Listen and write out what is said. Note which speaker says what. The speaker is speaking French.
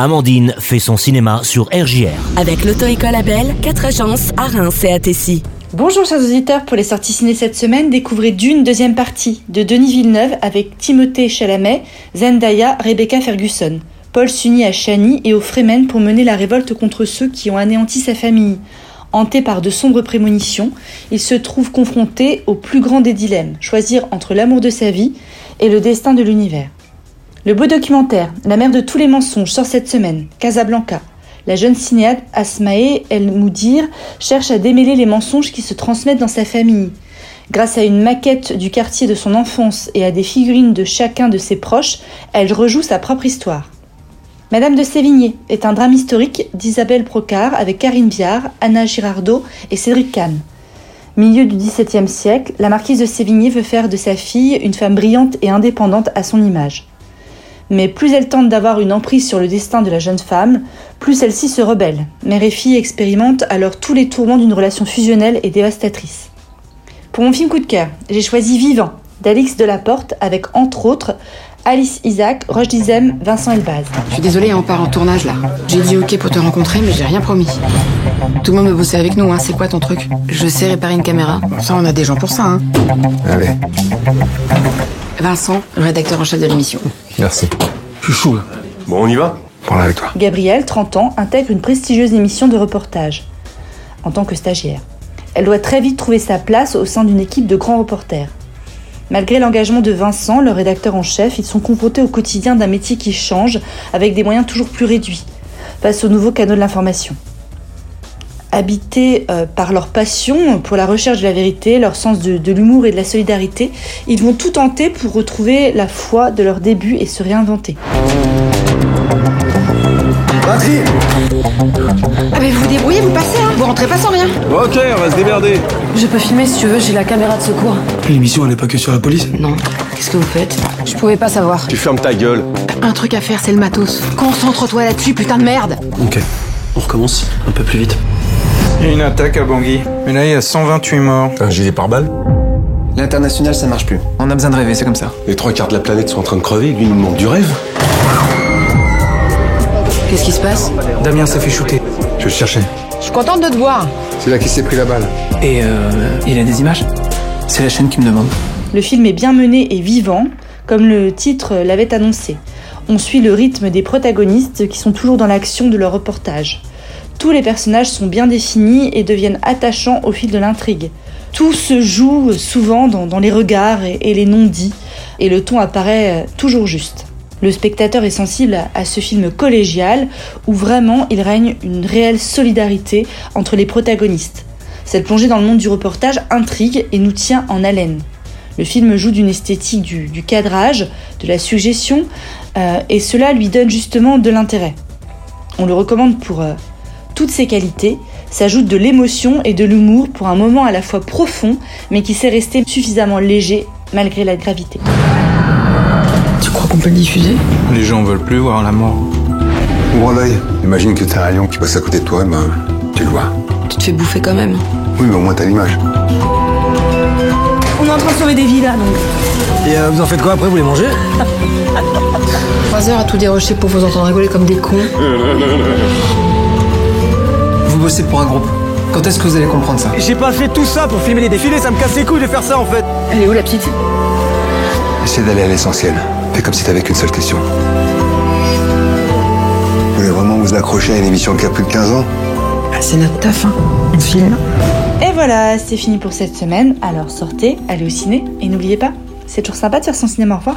Speaker 1: Amandine fait son cinéma sur RJR.
Speaker 2: Avec l'auto-école Abel, 4 agences à Reims et à Tessie.
Speaker 3: Bonjour chers auditeurs, pour les sorties ciné cette semaine, découvrez Dune deuxième partie de Denis Villeneuve avec Timothée Chalamet, Zendaya, Rebecca Ferguson. Paul s'unit à Shani et aux Fremen pour mener la révolte contre ceux qui ont anéanti sa famille. Hanté par de sombres prémonitions, il se trouve confronté au plus grand des dilemmes, choisir entre l'amour de sa vie et le destin de l'univers. Le beau documentaire La mère de tous les mensonges sort cette semaine, Casablanca. La jeune cinéaste Asmae El Moudir cherche à démêler les mensonges qui se transmettent dans sa famille. Grâce à une maquette du quartier de son enfance et à des figurines de chacun de ses proches, elle rejoue sa propre histoire. Madame de Sévigné est un drame historique d'Isabelle Procard avec Karine Viard, Anna Girardot et Cédric Kahn. Milieu du XVIIe siècle, la marquise de Sévigné veut faire de sa fille une femme brillante et indépendante à son image. Mais plus elle tente d'avoir une emprise sur le destin de la jeune femme, plus celle-ci se rebelle. Mère et fille expérimentent alors tous les tourments d'une relation fusionnelle et dévastatrice. Pour mon film coup de cœur, j'ai choisi Vivant d'Alix Delaporte avec entre autres Alice Isaac, Roche Dizem, Vincent Elbaz.
Speaker 4: Je suis désolée, on part en tournage là. J'ai dit ok pour te rencontrer, mais j'ai rien promis. Tout le monde veut bosser avec nous, hein. c'est quoi ton truc Je sais réparer une caméra. Ça, on a des gens pour ça. Hein.
Speaker 5: Allez,
Speaker 4: Vincent, le rédacteur en chef de l'émission.
Speaker 5: merci.
Speaker 6: Je suis chaud là.
Speaker 5: Bon, on y va Prends-la avec toi.
Speaker 3: Gabrielle, 30 ans, intègre une prestigieuse émission de reportage en tant que stagiaire. Elle doit très vite trouver sa place au sein d'une équipe de grands reporters. Malgré l'engagement de Vincent, leur rédacteur en chef, ils sont confrontés au quotidien d'un métier qui change avec des moyens toujours plus réduits face aux nouveaux canaux de l'information. Habités euh, par leur passion pour la recherche de la vérité, leur sens de, de l'humour et de la solidarité, ils vont tout tenter pour retrouver la foi de leur début et se réinventer.
Speaker 5: Vas-y
Speaker 4: Ah, mais vous vous débrouillez, vous passez, hein. Vous rentrez pas sans rien.
Speaker 5: Ok, on va se démerder.
Speaker 7: Je peux filmer si tu veux, j'ai la caméra de secours.
Speaker 6: L'émission, elle n'est pas que sur la police.
Speaker 4: Non. Qu'est-ce que vous faites
Speaker 7: Je pouvais pas savoir.
Speaker 5: Tu fermes ta gueule.
Speaker 4: Un truc à faire, c'est le matos. Concentre-toi là-dessus, putain de merde.
Speaker 6: Ok. On recommence un peu plus vite.
Speaker 8: Une attaque à Bangui. Mais là, il y a 128 morts.
Speaker 5: Un gilet pare-balles
Speaker 9: L'international, ça marche plus. On a besoin de rêver, c'est comme ça.
Speaker 5: Les trois quarts de la planète sont en train de crever, lui il nous manque du rêve.
Speaker 4: Qu'est-ce qui se passe
Speaker 6: Damien s'est fait shooter.
Speaker 5: Je vais le chercher.
Speaker 4: Je suis contente de te voir.
Speaker 5: C'est là qui s'est pris la balle.
Speaker 6: Et euh, il a des images
Speaker 9: C'est la chaîne qui me demande.
Speaker 3: Le film est bien mené et vivant, comme le titre l'avait annoncé. On suit le rythme des protagonistes qui sont toujours dans l'action de leur reportage. Tous les personnages sont bien définis et deviennent attachants au fil de l'intrigue. Tout se joue souvent dans, dans les regards et, et les non-dits, et le ton apparaît euh, toujours juste. Le spectateur est sensible à- à ce film collégial où vraiment il règne une réelle solidarité entre les protagonistes. Cette plongée dans le monde du reportage intrigue et nous tient en haleine. Le film joue d'une esthétique du, du cadrage, de la suggestion, euh, et cela lui donne justement de l'intérêt. On le recommande pour euh, toutes ses qualités, s'ajoute de l'émotion et de l'humour pour un moment à la fois profond, mais qui sait rester suffisamment léger malgré la gravité.
Speaker 4: Tu crois qu'on peut le diffuser
Speaker 8: Les gens veulent plus voir la mort.
Speaker 5: Ouvre l'œil. Imagine que t'as un lion qui passe à côté de toi, ben, tu le vois.
Speaker 4: Tu te fais bouffer quand même.
Speaker 5: Oui, mais au moins t'as l'image.
Speaker 7: On est en train de sauver des vies là, donc.
Speaker 6: Et euh, vous en faites quoi après Vous les mangez
Speaker 4: Trois heures à tout dérocher pour vous entendre rigoler comme des cons.
Speaker 9: Vous bossez pour un groupe. Quand est-ce que vous allez comprendre ça
Speaker 6: J'ai pas fait tout ça pour filmer les défilés, ça me casse les couilles de faire ça en fait.
Speaker 4: Elle est où la petite
Speaker 5: Essaie d'aller à l'essentiel. Fais comme si t'avais qu'une seule question. Vous voulez vraiment vous accrocher à une émission qui a plus de 15 ans
Speaker 4: C'est notre taf, hein. On filme.
Speaker 3: Et voilà, c'est fini pour cette semaine, alors sortez, allez au ciné, et n'oubliez pas, c'est toujours sympa de faire son cinéma, au revoir